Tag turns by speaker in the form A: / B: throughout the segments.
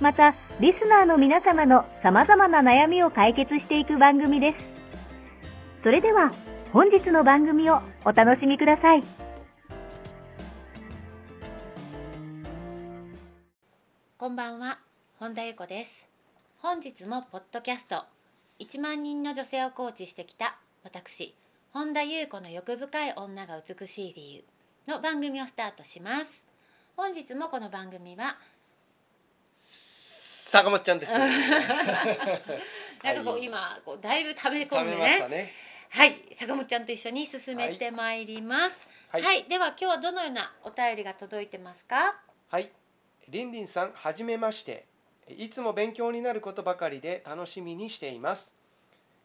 A: また、リスナーの皆様の様々な悩みを解決していく番組です。それでは、本日の番組をお楽しみください。
B: こんばんは、本田裕子です。本日もポッドキャスト1万人の女性をコーチしてきた私、本田裕子の欲深い女が美しい理由の番組をスタートします。本日もこの番組は
C: 坂本 ちゃんです。
B: うん
C: は
B: ないんかこう、今こうだいぶ食べ込
C: 食
B: んで
C: べました
B: ね。
C: ね。
B: はい、坂本ちゃんと一緒に進めてまいります。は、
C: はいい、
B: では今日はどのようなお便りが届いてますか？
C: はい、りんりんさん、はじめまして。いつも勉強になることばかりで楽しみにしています。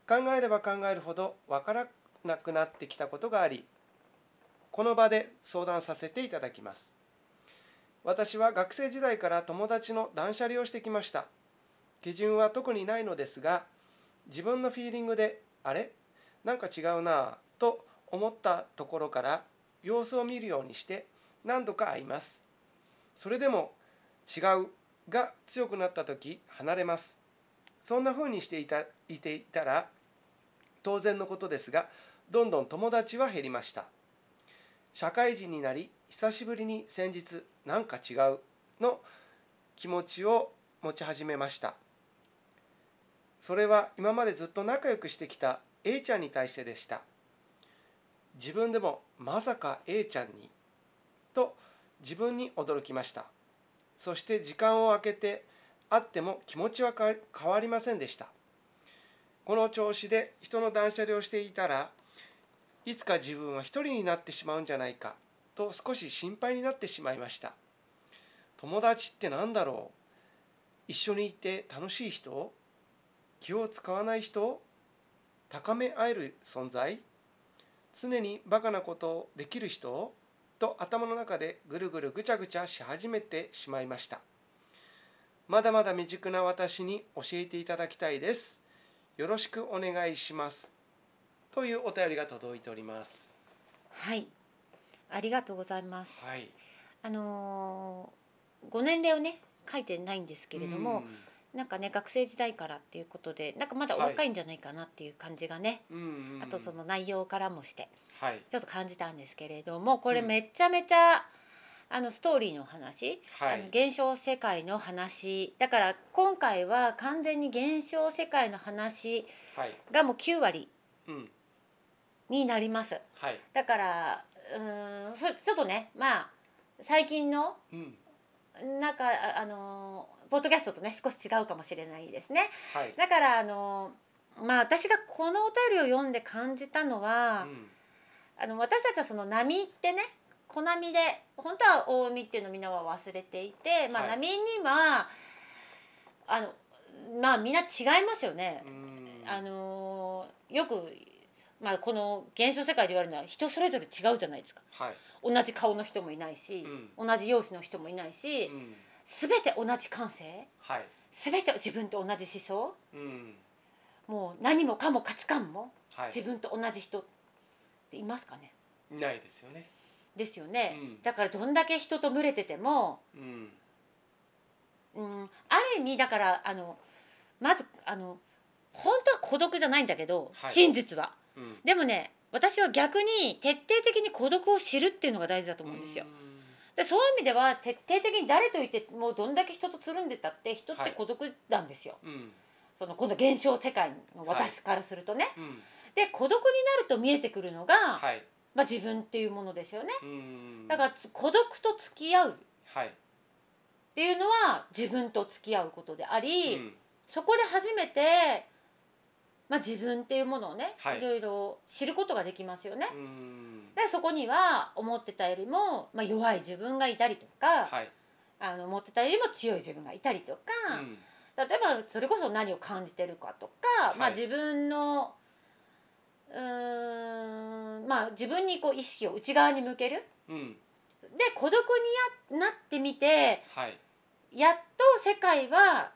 C: 考えれば考えるほどわからなくなってきたことがあり、この場で相談させていただきます。私は学生時代から友達の断捨離をしてきました。基準は特にないのですが、自分のフィーリングで、あれなんか違うなぁと思ったところから様子を見るようにして何度か会います。それでも違うが強くなった時離れますそんな風にしていたいていたら当然のことですがどんどん友達は減りました社会人になり久しぶりに先日なんか違うの気持ちを持ち始めましたそれは今までずっと仲良くしてきた A ちゃんに対してでした自分でもまさか A ちゃんにと自分に驚きましたそして時間を空けて会っても気持ちは変わり変わりませんでしたこの調子で人の断捨離をしていたらいつか自分は一人になってしまうんじゃないかと少し心配になってしまいました友達って何だろう一緒にいて楽しい人気を使わない人高め合える存在常にバカなことをできる人と頭の中でぐるぐるぐちゃぐちゃし始めてしまいましたまだまだ未熟な私に教えていただきたいですよろしくお願いしますというお便りが届いております
B: はい、ありがとうございます。
C: はい
B: あのーご年齢をね書いてないんですけれども、なんかね学生時代からっていうことでなんかまだお若いんじゃないかなっていう感じがね、
C: うんうんうん
B: あとその内容からもして
C: はい
B: ちょっと感じたんですけれどもこれ
C: うん
B: めちゃめちゃ、あのストーリーの話、
C: は
B: あの
C: い
B: 現象世界の話だから今回は完全に現象世界の話
C: はい
B: がもう9割
C: うん
B: になります。
C: はい
B: だからうーんふちょっとねまあ最近の
C: うん
B: なんかああのーポッドキャストとね少し違うかもしれないですね。
C: はい
B: だからあのーまあ私がこのお便りを読んで感じたのは、
C: うん
B: あの私たちはその波ってね小波で本当は大海っていうのをみんなは忘れていて、まあ、
C: はい
B: 波には、あのまあみんな違いますよね。
C: うん
B: あのーよくまあこの現象世界で言われるのは人それぞれ違うじゃないですか。
C: はい
B: 同じ顔の人もいないし
C: う、ん
B: 同じ容姿の人もいないうし、
C: ん
B: 全て同じ感性。
C: はい
B: 全て自分と同じ思想
C: うん
B: もう何もかも価値観も
C: はい
B: 自分と同じ人っていますかね
C: いないですよね
B: ですよね、
C: うん
B: だからどんだけ人と群れてても、
C: うん
B: うん、ある意味だからあのまずあの本当は孤独じゃないんだけど、
C: はい
B: 真実は
C: うん
B: でもね私は逆に徹底的に孤独を知るっていうのが大事だと思うんですよ、
C: う
B: でそういう意味では徹底的に誰といてもうどんだけ人とつるんでたって人っ
C: は
B: て
C: い
B: 孤独なんですよ、
C: うん
B: そのこの現象世界の私からするとね、
C: うん
B: で孤独になると見えてくるのが、
C: はい
B: まあ、自分っていうものですよね
C: うん
B: だからつ孤独と付き合うっ
C: はい
B: ていうのは自分と付き合うことであり、
C: うん
B: そこで初めて、まあ、自分っていうものをね、
C: はい
B: い、ろいろ知ることができますよね。
C: うん
B: でそこには思ってたよりも、まあ、弱い自分がいたりとか、
C: はい
B: あの思ってたよりも強い自分がいたりとか、
C: うん
B: 例えばそれこそ何を感じてるかとか、ま
C: は
B: あ、
C: い
B: 自分のうーんまあ自分にこう意識を内側に向ける
C: うん
B: で孤独にやなってみて
C: はい
B: やっと世界は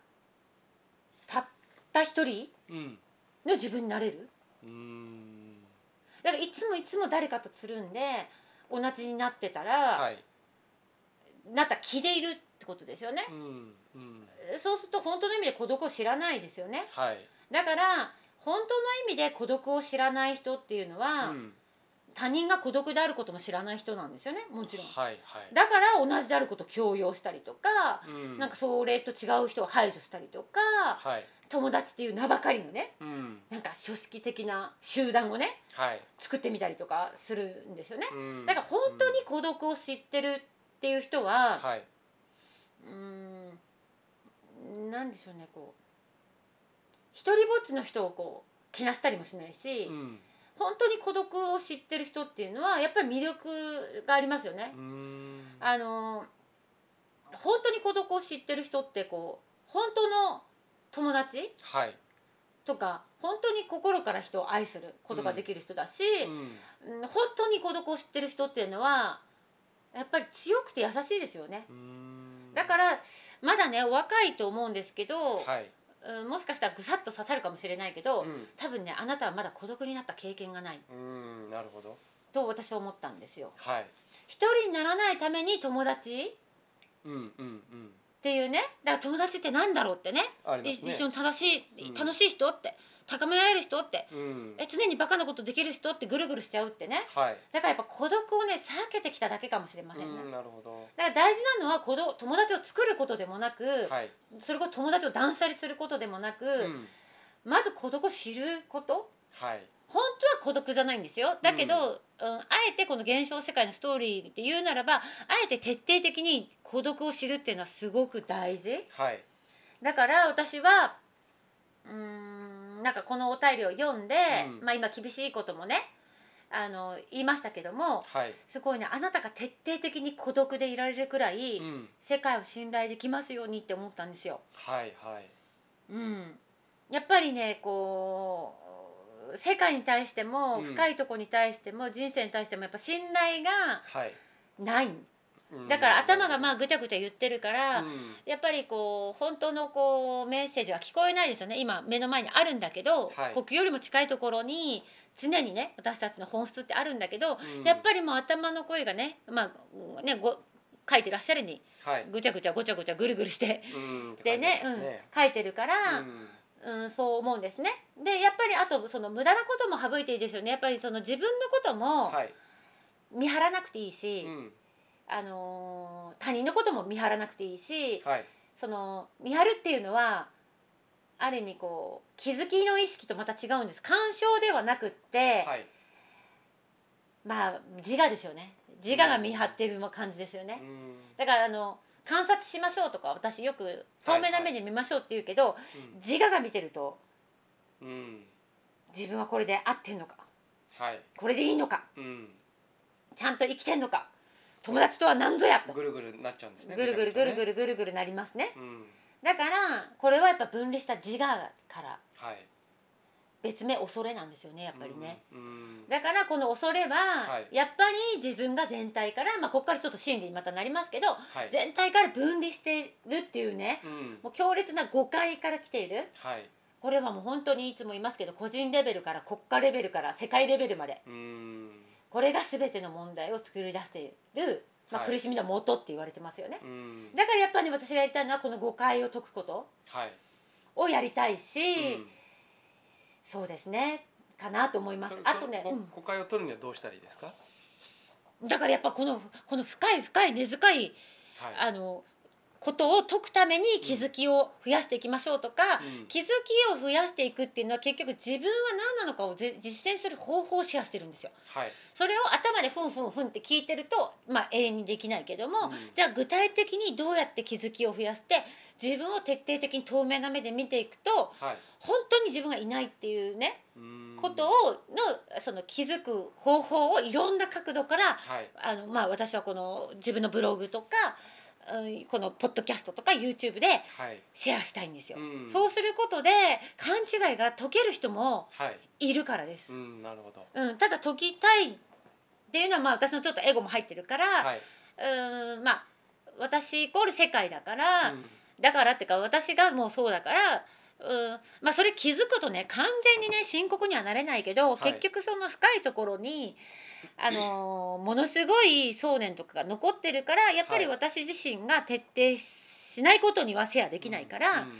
B: たった一人
C: うん
B: の自分になれる
C: うん
B: だからいつもいつも誰かとつるんで同じになってたら、
C: はい
B: なった気でいるってことですよね
C: うんうん
B: そうすると本当の意味で孤独を知らないですよね
C: はい
B: だから本当の意味で孤独を知らない人っていうのは、
C: うん
B: 他人が孤独であることも知らない人なんですよねもちろん
C: はいはい
B: だから同じであることを強要したりとか、
C: うん
B: なんかそれと違う人を排除したりとか
C: はい
B: 友達っていう名ばかりのね
C: うん
B: なんか書式的な集団をね
C: はい
B: 作ってみたりとかするんですよね
C: うん
B: だから本当に孤独を知ってるっていう人は、
C: はい、
B: うーんなんでしょうねこう一人ぼっちの人をこうけなしたりもしないし、
C: うん
B: 本当に孤独を知ってる人っていうのはやっぱり魅力がありますよね
C: う。ん
B: あの本当に孤独を知ってる人ってこう本当の友達
C: はい、
B: とか本当に心から人を愛することができる人だし、
C: うん
B: うん本当に孤独を知ってる人っていうのはやっぱり強くて優しいですよね。
C: うん
B: だからまだねお若いと思うんですけど、
C: はい、
B: うんもしかしたらぐさっと刺さるかもしれないけど、
C: うん
B: 多分ねあなたはまだ孤独になった経験がない
C: うん、なるほど、
B: と私は思ったんですよ。
C: はい、
B: 一人にならないために友達
C: うんうんうん、
B: っていうねだから友達ってなんだろうってね
C: あり
B: い
C: ますね。
B: 一緒に楽しい、
C: うん
B: 楽しい人って高め合える人って
C: うん、
B: え常にバカなことできる人ってぐるぐるしちゃうってね
C: はい、
B: だからやっぱ孤独をね避けてきただけかもしれませんね。
C: うん、なるほど、
B: だから大事なのは孤独友達を作ることでもなく、
C: はい、
B: それこそ友達を断捨離することでもなく、
C: うん、
B: まず孤独を知ること
C: はい、
B: 本当は孤独じゃないんですよだけど、うんあえてこの現象世界のストーリーって言うならばあえて徹底的に孤独を知るっていうのはすごく大事
C: はい、
B: だから私はうーんなんかこのお便りを読んで、
C: うん
B: まあ今厳しいこともねあの言いましたけども
C: はい、
B: すごいねあなたが徹底的に孤独でいられるくらい、
C: うん、
B: 世界を信頼できますようにって思ったんですよ。
C: はい、はい、
B: うん、やっぱりねこう世界に対しても
C: うん
B: 深いとこに対しても、人生に対してもやっぱ信頼が
C: はい、
B: ない
C: うん
B: だから頭がまあぐちゃぐちゃ言ってるから、
C: うん、
B: やっぱりこう本当のこうメッセージは聞こえないですよね今目の前にあるんだけど、
C: はい
B: 呼吸よりも近いところに常にね私たちの本質ってあるんだけど、
C: うん
B: やっぱりもう頭の声がね,、まあ、ねご書いてらっしゃるに
C: はい、
B: ぐちゃぐちゃごちゃごちゃぐるぐるして
C: うん、って
B: で
C: 感じ
B: ね
C: すね、
B: うん、書いてるから。
C: うん、
B: うん、そう思うんですね。でやっぱりあとその無駄なことも省いていいですよね。やっぱりその自分のことも
C: はい、
B: 見張らなくていいし、
C: うん、
B: あのー他人のことも見張らなくていいし、
C: はい、
B: その見張るっていうのはある意味こう気づきの意識とまた違うんです。干渉ではなくって、
C: はい、
B: まあ自我ですよね。自我が見張ってる感じですよね。
C: うん、
B: だからあの観察しましょうとか私よく透明な目で見ましょうって言うけど、自我が見てると
C: うん、うん、
B: 自分はこれで合ってんのか、
C: はい、
B: これでいいのか。
C: うん、
B: ちゃんと生きてんのか友達とは何ぞやと
C: ぐるぐるなっちゃうんですね。
B: ぐるぐるぐるぐ
C: る、
B: るぐるぐるなりますね
C: うん、
B: だからこれはやっぱ分離した自我から
C: はい、
B: 別名恐れなんですよねやっぱりね、
C: うん、うん、
B: だからこの恐れ
C: は
B: はいやっぱり自分が全体から、まあ、ここからちょっと心理にまたなりますけど
C: はい、
B: 全体から分離してるっていうね
C: うん、
B: もう強烈な誤解から来ている
C: はい、
B: これはもう本当にいつも言いますけど個人レベルから国家レベルから世界レベルまで
C: うん、
B: これが全ての問題を作り出している、まあ、
C: はい
B: 苦しみの元って言われてますよね。
C: うん、
B: だからやっぱり、私がやりたいのはこの誤解を解くこと
C: はい、
B: をやりたいし、
C: うん
B: そうですねかなと思います
C: それ
B: あとね
C: それ
B: う
C: 誤誤解を取るにはどうしたらいいですか？
B: んだからやっぱこのこの深い深い根深い
C: はい
B: あのことを解くために気づきを増やしていきましょうとか、
C: うん
B: 気づきを増やしていくっていうのは結局自分は何なのかをぜ実践する方法をシェアしてるんですよ。
C: はい
B: それを頭でふんふんふんって聞いてると、まあ、永遠にできないけども、
C: うん
B: じゃあ具体的にどうやって気づきを増やして自分を徹底的に透明な目で見ていくと
C: はい
B: 本当に自分がいないっていうね、
C: うん
B: ことをのその気づく方法をいろんな角度から
C: はい
B: あの、まあ、私はこの自分のブログとか、うんこのポッドキャストとか YouTube で
C: はい
B: シェアしたいんですよ。
C: ん
B: そうすることで勘違いが解ける人も
C: はい
B: いるからです
C: う。んなるほど
B: うん、ただ解きたいっていうのはまあ私のちょっとエゴも入ってるから、
C: はい、
B: うーんまあ私イコール世界だから、
C: うん
B: だからってか私がもうそうだから。うんまあ、それ気づくとね完全にね深刻にはなれないけど、
C: はい
B: 結局その深いところに、あの ーものすごい想念とかが残ってるからやっぱり
C: はい
B: 私自身が徹底しないことにはシェアできないから、
C: うん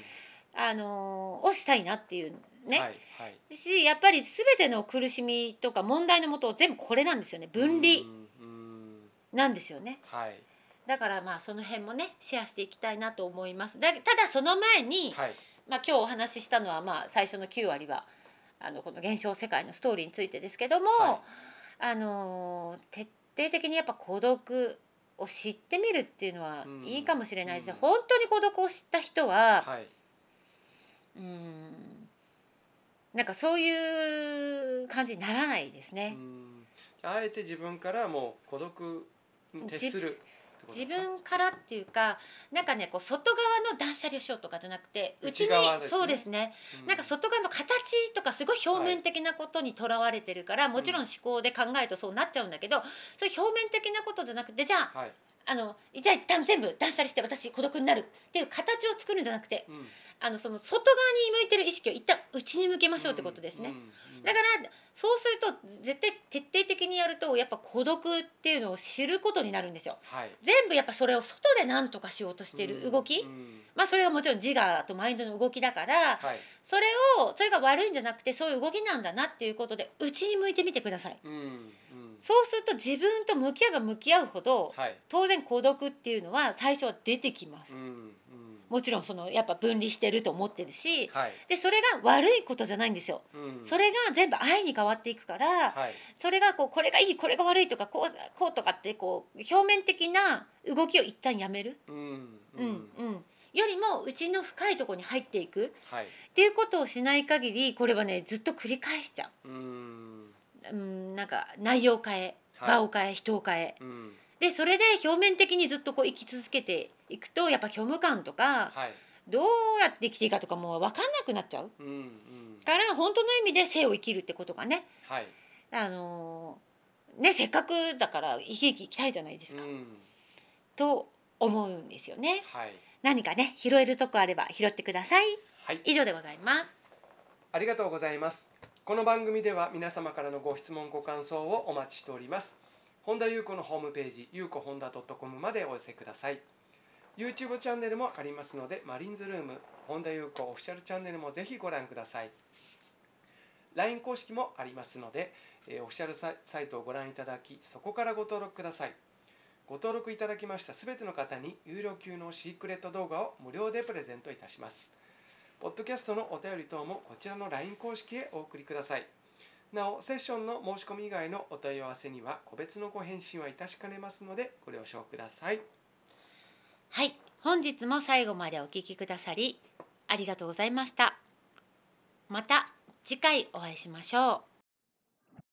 B: あのーをしたいなっていうね、
C: はいはい
B: しやっぱり全ての苦しみとか問題のもとを全部これなんですよね分離
C: うんうん
B: なんですよね
C: はい
B: だからまあその辺もねシェアしていきたいなと思いますだただその前に、
C: はい
B: まあ、今日お話ししたのはまあ最初の9割はあのこの現象世界のストーリーについてですけども、
C: は
B: あのー徹底的にやっぱ孤独を知ってみるっていうのは
C: うん
B: いいかもしれないですよ、
C: うん
B: 本当に孤独を知った人は、
C: はい
B: うんなんかそういう感じにならないです
C: う
B: ね。
C: んあえて自分からもう孤独に徹するってこと
B: 自
C: ですか
B: 分からっていうかなんかねこう外側の断捨離をしようとかじゃなくてうちに
C: 内側ですね
B: そうですね、
C: う
B: なんか外側の形とかすごい表面的なことにとらわれてるから、もちろん思考で考えるとそうなっちゃうんだけどそういう表面的なことじゃなくてじゃあ
C: はい
B: あのじゃあ一旦全部断捨離して私孤独になるっていう形を作るんじゃなくて
C: うん
B: あのその外側に向いてる意識を一旦内に向けましょうってことですね。
C: うんうん
B: だからそうすると絶対徹底的にやるとやっぱ孤独っていうのを知ることになるんですよ。
C: はい
B: 全部やっぱそれを外で何とかしようとしてる動き、
C: うんうん
B: まあそれがもちろん自我とマインドの動きだから
C: はい
B: それをそれが悪いんじゃなくてそういう動きなんだなっていうことで内に向いてみてください
C: うんうん
B: そうすると自分と向き合えば向き合うほど
C: はい
B: 当然孤独っていうのは最初は出てきます
C: うんうん
B: もちろんそのやっぱ分離してると思ってるし
C: はい
B: でそれが悪いことじゃないんですよ
C: うん
B: それが全部愛に変わっていくから、
C: はい
B: それがこうこれがいいこれが悪いとかこうこうとかってこう表面的な動きを一旦やめる、
C: うん
B: うんうん、よりもうちの深いところに入っていく
C: はい
B: っていうことをしない限りこれはねずっと繰り返しちゃ
C: うん
B: う、うん、なんか内容を変え場を変え人を変え
C: うん
B: でそれで表面的にずっとこう生き続けていくとやっぱ虚無感とか
C: はい
B: どうやって生きていいかとかもう分かんなくなっちゃう
C: うんうん
B: から本当の意味で生を生きるってことがね
C: はい
B: あのーねせっかくだから生き生き生きたいじゃないです
C: う
B: か。
C: ん
B: と思うんですよね
C: はい
B: 何かね拾えるとこあれば拾ってください
C: はい
B: 以上でございます
C: ありがとうございます。この番組では皆様からのご質問ご感想をお待ちしております。本田裕子のホームページ、ゆうこ本田 .com までお寄せください。YouTube チャンネルもありますので、マリンズルーム、本田裕子オフィシャルチャンネルもぜひご覧ください。LINE 公式もありますので、えーオフィシャルサイサイトをご覧いただき、そこからご登録ください。ご登録いただきましたすべての方に有料級のシークレット動画を無料でプレゼントいたします。ポッドキャストのお便り等もこちらの LINE 公式へお送りください。なお、セッションの申し込み以外のお問い合わせには個別のご返信はいたしかねますのでご了承ください。
B: はい本日も最後までお聞きくださりありがとうございましたまた次回お会いしましょう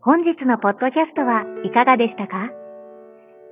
A: 本日のポッドキャストはいかがでしたか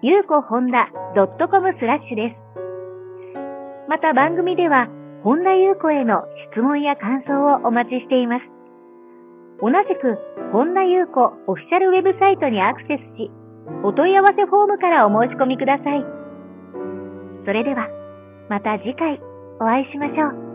A: ゆうこほんだ .com スラッシュです。また番組では、本田ゆうこへの質問や感想をお待ちしています。同じく、本田ゆうこオフィシャルウェブサイトにアクセスし、お問い合わせフォームからお申し込みください。それでは、また次回お会いしましょう。